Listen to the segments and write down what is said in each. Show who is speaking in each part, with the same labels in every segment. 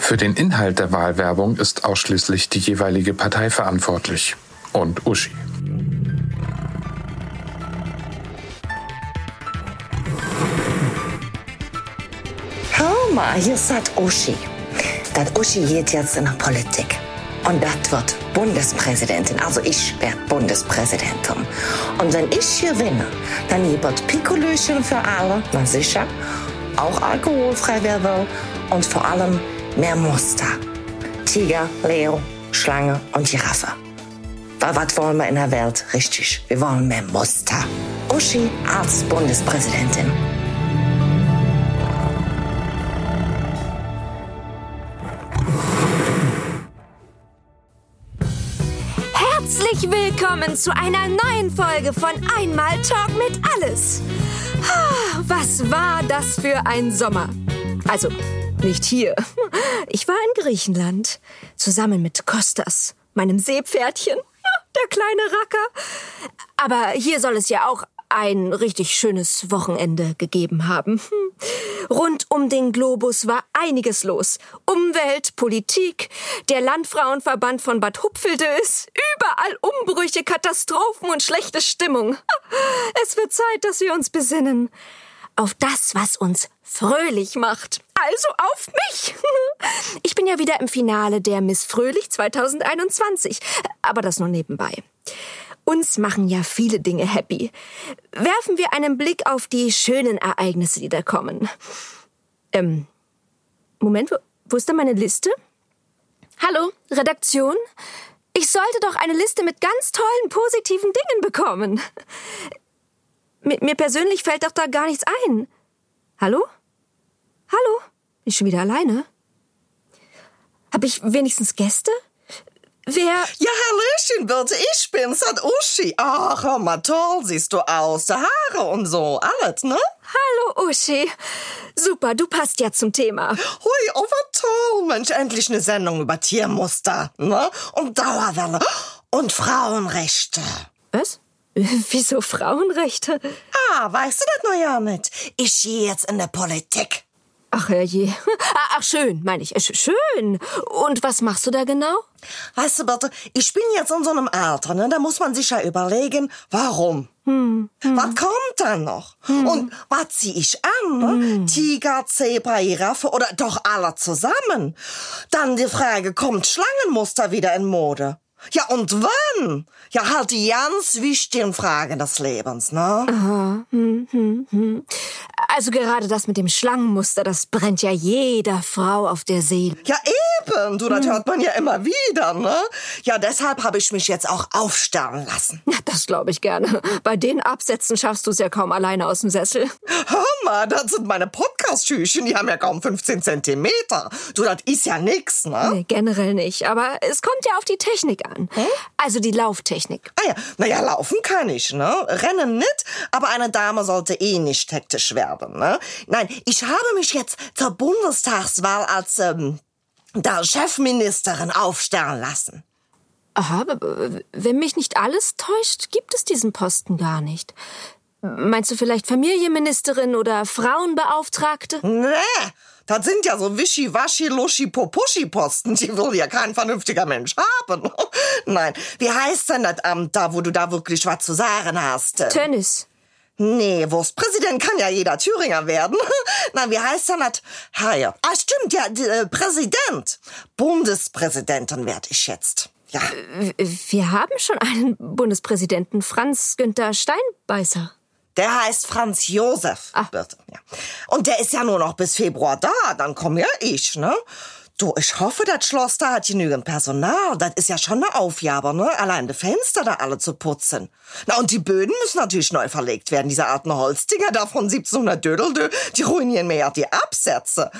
Speaker 1: Für den Inhalt der Wahlwerbung ist ausschließlich die jeweilige Partei verantwortlich. Und Uschi.
Speaker 2: Hör mal, hier ist das Uschi. Das Uschi geht jetzt in der Politik. Und das wird Bundespräsidentin. Also ich werde Bundespräsidentin. Und wenn ich gewinne, dann gibt es Pikolöchen für alle, na sicher. Auch alkoholfrei, wer will. Und vor allem mehr Muster. Tiger, Leo, Schlange und Giraffe. Weil was wollen wir in der Welt? Richtig, wir wollen mehr Muster. Uschi als Bundespräsidentin.
Speaker 3: Herzlich willkommen zu einer neuen Folge von Einmal Talk mit Alles. Ah, Was war das für ein Sommer? Also, nicht hier. Ich war in Griechenland. Zusammen mit Kostas, meinem Seepferdchen. Der kleine Racker. Aber hier soll es ja auch ein richtig schönes Wochenende gegeben haben. Hm. Rund um den Globus war einiges los. Umwelt, Politik, der Landfrauenverband von Bad Hupfeldös, überall Umbrüche, Katastrophen und schlechte Stimmung. Es wird Zeit, dass wir uns besinnen auf das, was uns fröhlich macht. Also auf mich. Ich bin ja wieder im Finale der Miss Fröhlich 2021, aber das nur nebenbei. Uns machen ja viele Dinge happy. Werfen wir einen Blick auf die schönen Ereignisse, die da kommen. Ähm, Moment, wo, wo ist denn meine Liste? Hallo, Redaktion? Ich sollte doch eine Liste mit ganz tollen, positiven Dingen bekommen. Mir, mir persönlich fällt doch da gar nichts ein. Hallo? Hallo? Bin ich schon wieder alleine? Hab ich wenigstens Gäste? Wer?
Speaker 4: Ja, Hallöchen, Birte, ich bin's, das Uschi. Ach, hör mal, toll siehst du aus, die Haare und so, alles, ne?
Speaker 3: Hallo, Uschi. Super, du passt ja zum Thema.
Speaker 4: Hui, oh, was toll, Mensch, endlich eine Sendung über Tiermuster, ne? Und Dauerwelle und Frauenrechte.
Speaker 3: Was? Wieso Frauenrechte?
Speaker 4: Ah, weißt du das noch ja nicht? Ich geh jetzt in der Politik.
Speaker 3: Ach, herrje. Ah, Ach, schön, meine ich. Äh, sch- Schön. Und was machst du da genau?
Speaker 4: Weißt du, Birte, ich bin jetzt in so einem Alter, ne? Da muss man sich ja überlegen, warum. Was kommt dann noch? Und was zieh ich an? Ne? Tiger, Zebra, Giraffe oder doch alle zusammen? Dann die Frage, kommt Schlangenmuster wieder in Mode? Ja, und wann? Ja, halt die ganz wichtigen Fragen des Lebens, ne?
Speaker 3: Also gerade das mit dem Schlangenmuster, das brennt ja jeder Frau auf der Seele.
Speaker 4: Ja, eben. Du, das hört man ja immer wieder, ne? Ja, deshalb habe ich mich jetzt auch aufstellen lassen.
Speaker 3: Na, das glaube ich gerne. Bei den Absätzen schaffst du es ja kaum alleine aus dem Sessel.
Speaker 4: Hör mal, das sind meine Podcast-Schüchen, die haben ja kaum 15 Zentimeter. Du, das ist ja nix, ne?
Speaker 3: Nee, generell nicht. Aber es kommt ja auf die Technik an. Also die Lauftechnik.
Speaker 4: Ah ja, naja, laufen kann ich, ne? Rennen nicht, aber eine Dame sollte eh nicht hektisch werden, ne? Nein, ich habe mich jetzt zur Bundestagswahl als, ähm, da Chefministerin aufstellen lassen.
Speaker 3: Aha, b- b- wenn mich nicht alles täuscht, gibt es diesen Posten gar nicht. Meinst du vielleicht Familienministerin oder Frauenbeauftragte?
Speaker 4: Ne, das sind ja so wischiwaschi luschi popuschi posten die will ja kein vernünftiger Mensch haben. Nein, wie heißt denn das Amt da, wo du da wirklich was zu sagen hast?
Speaker 3: Tönnis.
Speaker 4: Nee, Wurstpräsident kann ja jeder Thüringer werden. Nein, wie heißt denn das? Ah, ja. ah stimmt, ja, die, äh, Präsident. Bundespräsidentin werde ich jetzt. Ja,
Speaker 3: W- Wir haben schon einen Bundespräsidenten, Franz Günther Steinbeißer.
Speaker 4: der heißt Franz Josef.
Speaker 3: Ah.
Speaker 4: Birte, ja. Und der ist ja nur noch bis Februar da, dann komme ja ich, ne? Du, ich hoffe, das Schloss da hat genügend Personal. Das ist ja schon eine Aufgabe, ne? Allein die Fenster da alle zu putzen. Na, und die Böden müssen natürlich neu verlegt werden. Diese alten Holzdinger da von 1700 Dödeldö, die ruinieren mir ja die Absätze.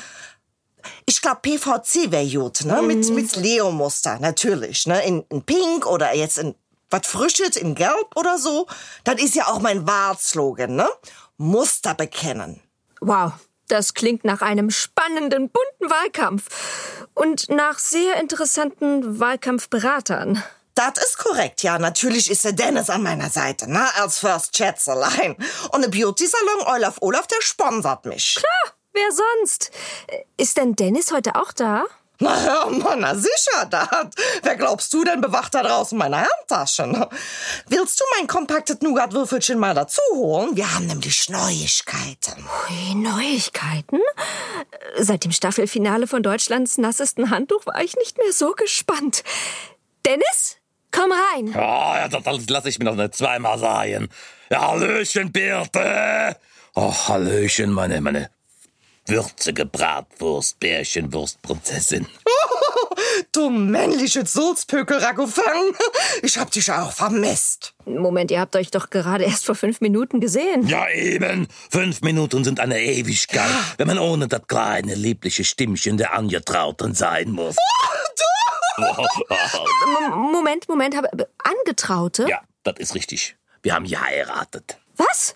Speaker 4: Ich glaube, PVC wäre gut, ne? Mit, mit Leo-Muster, natürlich, ne? In, in Pink oder jetzt in was Frisches, in Gelb oder so. Das ist ja auch mein Wahlslogan, ne? Muster bekennen.
Speaker 3: Wow, das klingt nach einem spannenden, bunten Wahlkampf und nach sehr interessanten Wahlkampfberatern.
Speaker 4: Das ist korrekt, ja. Natürlich ist der Dennis an meiner Seite, ne? Als First Schätzelein. Und der Beauty-Salon Olaf Olaf, der sponsert mich.
Speaker 3: Ah, wer sonst? Ist denn Dennis heute auch da?
Speaker 4: Na ja, Mann, na sicher, dat. Wer glaubst du denn bewacht da draußen meine Handtasche? ne? Willst du mein kompaktes Nougat-Würfelchen mal dazu holen? Wir haben nämlich Neuigkeiten.
Speaker 3: Die Neuigkeiten? Seit dem Staffelfinale von Deutschlands nassesten Handtuch war ich nicht mehr so gespannt. Dennis, komm rein.
Speaker 5: Ah, ja, das alles lasse ich mir noch nicht zweimal sagen. Ja, Hallöchen, Birte. Ach, Hallöchen, meine, meine würzige Bratwurst, Bärchenwurst, Prinzessin.
Speaker 4: Du männliche Sulzpökel, Ragofang. Ich hab dich auch vermisst.
Speaker 3: Moment, ihr habt euch doch gerade erst vor fünf Minuten gesehen.
Speaker 5: Ja, eben. Fünf Minuten sind eine Ewigkeit, wenn man ohne das kleine, liebliche Stimmchen der Angetrauten sein muss.
Speaker 3: M Moment, Moment, hab, äh, Angetraute?
Speaker 5: ja, das ist richtig. Wir haben geheiratet.
Speaker 3: Was?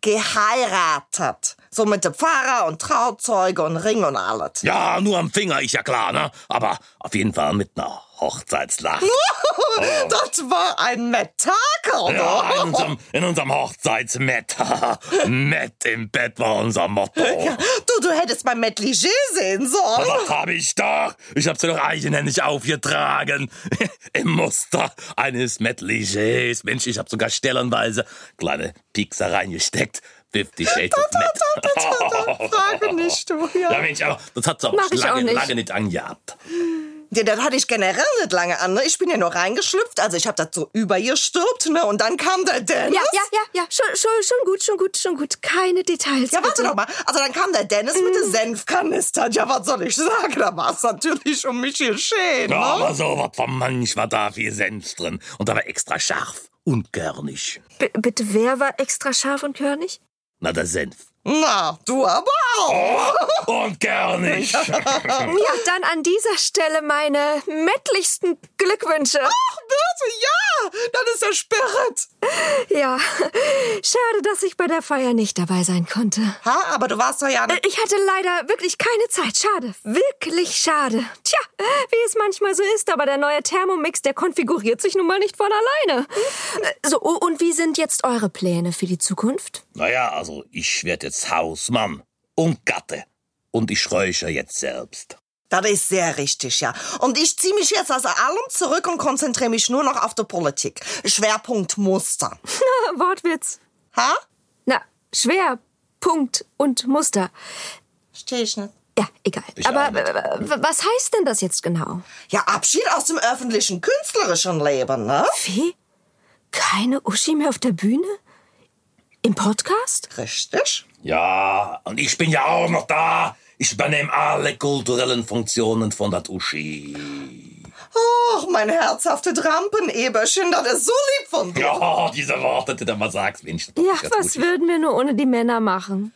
Speaker 4: Geheiratet. So mit dem Pfarrer und Trauzeuge und Ring und alles.
Speaker 5: Ja, nur am Finger ist ja klar, ne? Aber auf jeden Fall mit einer Hochzeitslacht.
Speaker 4: Das war ein Metaker,
Speaker 5: Ja, also- in unserem, in unserem Hochzeitsmet. Met im Bett war unser Motto.
Speaker 4: Du, du hättest mein Negligé sehen sollen.
Speaker 5: Was hab ich doch? Ich hab's dir doch eigenhändig aufgetragen. Im Muster eines Metligés. Mensch, ich hab sogar stellenweise kleine Piekser reingesteckt. 50 Shades of Met.
Speaker 4: Frage nicht, du, ja.
Speaker 5: Ja, Mensch, aber das hat's auch,
Speaker 3: Mach ich
Speaker 5: lange,
Speaker 3: auch nicht.
Speaker 5: lange nicht angehabt.
Speaker 4: Ja, das hatte ich generell nicht lange an. Ne? Ich bin ja nur reingeschlüpft, also ich hab das so über ihr stirbt, ne? Und dann kam der Dennis.
Speaker 3: Ja, ja, ja, ja, schon, schon, schon gut, schon gut, schon gut. Keine Details.
Speaker 4: Ja, warte
Speaker 3: bitte.
Speaker 4: doch mal. Also dann kam der Dennis mit den Senfkanistern. Ja, was soll ich sagen? Da war es natürlich um mich geschehen.
Speaker 5: Ja,
Speaker 4: Ne?
Speaker 5: aber so was von manchmal da viel Senf drin. Und aber extra scharf und körnig.
Speaker 3: B bitte, wer war extra scharf und körnig?
Speaker 5: Na, der Senf.
Speaker 4: Na, du aber auch.
Speaker 5: Und körnig.
Speaker 4: Oh.
Speaker 3: Ja, dann an dieser Stelle meine mättlichsten Glückwünsche.
Speaker 4: Ach, Birte, ja. Dann ist der Spirit.
Speaker 3: Ja, schade, dass ich bei der Feier nicht dabei sein konnte. Äh,
Speaker 4: Ha, aber du warst doch ja nicht.
Speaker 3: Ich hatte leider wirklich keine Zeit. Schade. Wirklich schade. Tja, wie es manchmal so ist, aber der neue Thermomix, der konfiguriert sich nun mal nicht von alleine. Äh, So, oh, und wie sind jetzt eure Pläne für die Zukunft?
Speaker 5: Naja, also ich werde jetzt Hausmann und Gatte. Und ich räuche jetzt selbst.
Speaker 4: Das ist sehr richtig, ja. Und ich ziehe mich jetzt aus allem zurück und konzentriere mich nur noch auf die Politik. Schwerpunkt Muster.
Speaker 3: Wortwitz.
Speaker 4: Ha?
Speaker 3: Na, schwer. Punkt und Muster.
Speaker 4: Verstehe ich nicht.
Speaker 3: Ja, egal.
Speaker 5: auch
Speaker 3: aber
Speaker 5: nicht.
Speaker 3: äh, w- was heißt denn das jetzt genau?
Speaker 4: Ja, Abschied aus dem öffentlichen künstlerischen Leben, ne?
Speaker 3: Wie? Keine Uschi mehr auf der Bühne? Im Podcast?
Speaker 4: Richtig.
Speaker 5: Ja, und ich bin ja auch noch da. Ich übernehme alle kulturellen Funktionen von der Uschi.
Speaker 4: Ach, mein herzhafte Drampen-Eberchen, das ist so lieb von dir.
Speaker 5: Ja, diese Worte, die du mal sagst, Mensch. das
Speaker 3: Ja,
Speaker 5: ist ganz
Speaker 3: was
Speaker 5: Uschi.
Speaker 3: würden wir nur ohne die Männer machen?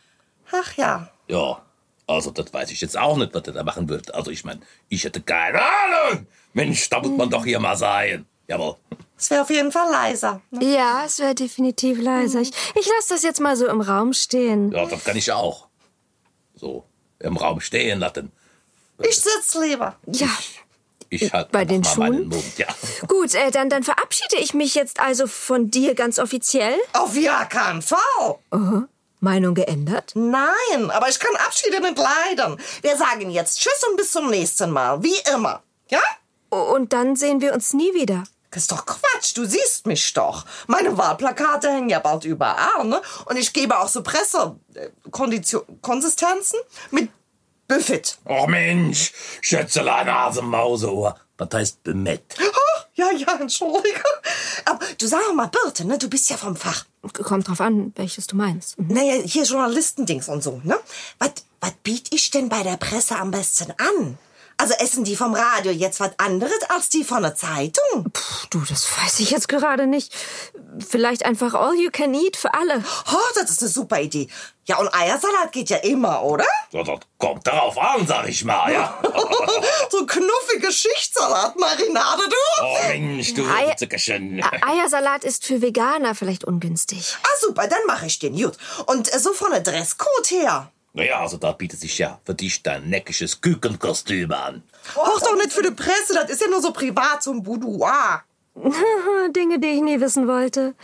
Speaker 4: Ach ja.
Speaker 5: Ja, also das weiß ich jetzt auch nicht, was du da machen würdest. Also ich meine, ich hätte keine Ahnung. Mensch, da muss man doch hier mal sein. Jawohl.
Speaker 4: Es wäre auf jeden Fall leiser. ne?
Speaker 3: Ja, es wäre definitiv leiser. Ich, ich lasse das jetzt mal so im Raum stehen.
Speaker 5: Ja, das kann ich auch. So, im Raum stehen lassen.
Speaker 4: Ich sitz lieber.
Speaker 3: Ja.
Speaker 5: Ich halt
Speaker 3: Bei
Speaker 5: einfach
Speaker 3: den
Speaker 5: mal
Speaker 3: Schuhen?
Speaker 5: meinen Mund, ja.
Speaker 3: Gut, äh, dann, dann verabschiede ich mich jetzt also von dir ganz offiziell.
Speaker 4: Auf ja keinen Fall.
Speaker 3: Meinung geändert?
Speaker 4: Mhm. Nein, aber ich kann Abschiede nicht leiden. Wir sagen jetzt Tschüss und bis zum nächsten Mal. Wie immer. Ja?
Speaker 3: Und dann sehen wir uns nie wieder.
Speaker 4: Das ist doch Quatsch, du siehst mich doch. Meine Wahlplakate hängen ja bald überall, ne? Und ich gebe auch so Pressekonsistenzen mit Buffet.
Speaker 5: Oh Mensch, Schätzelein, Hase, Mauseohr. Was heißt bemett?
Speaker 4: Ach, Oh, ja, ja, entschuldige. Aber du sag mal, Birte, ne? Du bist ja vom Fach.
Speaker 3: Kommt drauf an, welches du meinst.
Speaker 4: Naja, hier Journalistendings und so, ne? Was was biet ich denn bei der Presse am besten an? Also essen die vom Radio jetzt was anderes als die von der Zeitung?
Speaker 3: Puh, du, das weiß ich jetzt gerade nicht. Vielleicht einfach all you can eat für alle.
Speaker 4: Oh, das ist eine super Idee. Ja, und Eiersalat geht ja immer, oder?
Speaker 5: Ja, das kommt darauf an, sag ich mal, ja.
Speaker 4: so knuffige Schichtsalatmarinade, du?
Speaker 5: Oh Mensch, du
Speaker 3: Ei-
Speaker 5: Zickerchen.
Speaker 3: E- Eiersalat ist für Veganer vielleicht ungünstig.
Speaker 4: Ah, super, dann mache ich den, gut. Und äh, so von der Dresscode her.
Speaker 5: Naja, also da bietet sich ja für dich dein neckisches Kükenkostüm an.
Speaker 4: Brauchst doch nicht für die Presse, das ist ja nur so privat, so ein Boudoir.
Speaker 3: Dinge, die ich nie wissen wollte.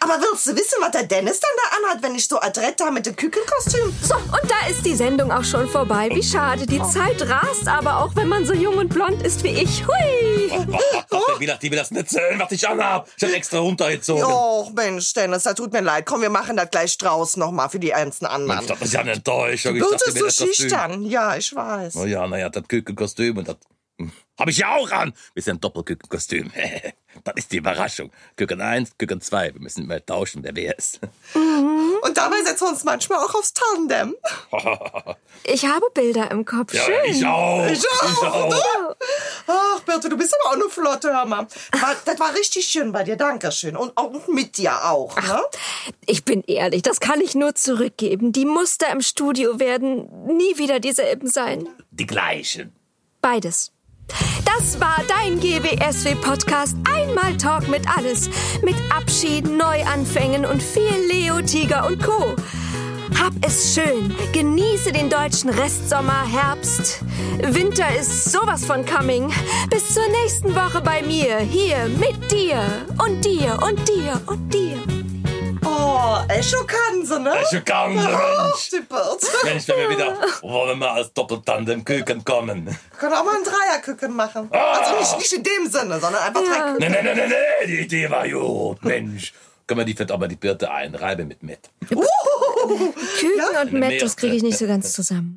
Speaker 4: Aber willst du wissen, was der Dennis dann da anhat, wenn ich so adrett da mit dem Kükenkostüm?
Speaker 3: So, und da ist die Sendung auch schon vorbei. Wie schade.
Speaker 5: Oh.
Speaker 3: Die Zeit rast aber auch, wenn man so jung und blond ist wie ich. Hui!
Speaker 5: Die will, das- die will das nicht sehen, was ich anhab. Ich hab extra runtergezogen.
Speaker 4: Och, Mensch, Dennis, das tut mir leid. Komm, wir machen das gleich draußen nochmal für die einzelnen
Speaker 5: Mensch,
Speaker 4: anderen.
Speaker 5: das ist ja eine Enttäuschung. Ich
Speaker 4: Du
Speaker 5: dachte
Speaker 4: bist
Speaker 5: mir,
Speaker 4: so
Speaker 5: das Kostüm-
Speaker 4: schüchtern. Ja, ich weiß.
Speaker 5: Oh ja, naja, das Kükenkostüm und das hm, hab ich ja auch an. Wir sind ein Doppelkükenkostüm. das ist die Überraschung. Küken 1, Küken 2. Wir müssen immer tauschen, wer wer ist.
Speaker 4: Und dabei setzen wir uns manchmal auch aufs Tandem.
Speaker 3: Ich habe Bilder im Kopf.
Speaker 5: Ja,
Speaker 3: Schön.
Speaker 5: ich auch.
Speaker 4: Ich auch. Ach, Birte, du bist aber auch eine Flotte, hör mal. War, das war richtig schön bei dir, danke schön. Und, auch- und mit dir auch, ne?
Speaker 3: Ich bin ehrlich, das kann ich nur zurückgeben. Die Muster im Studio werden nie wieder dieselben sein.
Speaker 5: Die gleichen.
Speaker 3: Beides. Das war dein GWSW-Podcast. Einmal Talk mit alles. Mit Abschied, Neuanfängen und viel Leo, Tiger und Co. Hab es schön. Genieße den deutschen Restsommer, Herbst. Winter ist sowas von coming. Bis zur nächsten Woche bei mir. Hier mit dir und dir und dir und dir.
Speaker 4: Oh, Echokanse, ne?
Speaker 5: Echokanse,
Speaker 4: Ach,
Speaker 5: Mensch.
Speaker 4: die Birte.
Speaker 5: Mensch, wenn wir wieder wollen wir als Doppeltandem Küken kommen.
Speaker 4: Können auch mal einen Dreierküken machen. Also nicht, nicht in dem Sinne, sondern einfach drei Küken.
Speaker 5: Nee, nee, nee, nee, nee, die Idee war gut, Mensch. Können wir die vielleicht auch mal die Birte einreiben mit mit?
Speaker 3: Küken und Mac,
Speaker 5: Eine
Speaker 3: das
Speaker 5: Meere.
Speaker 3: kriege ich nicht so ganz zusammen.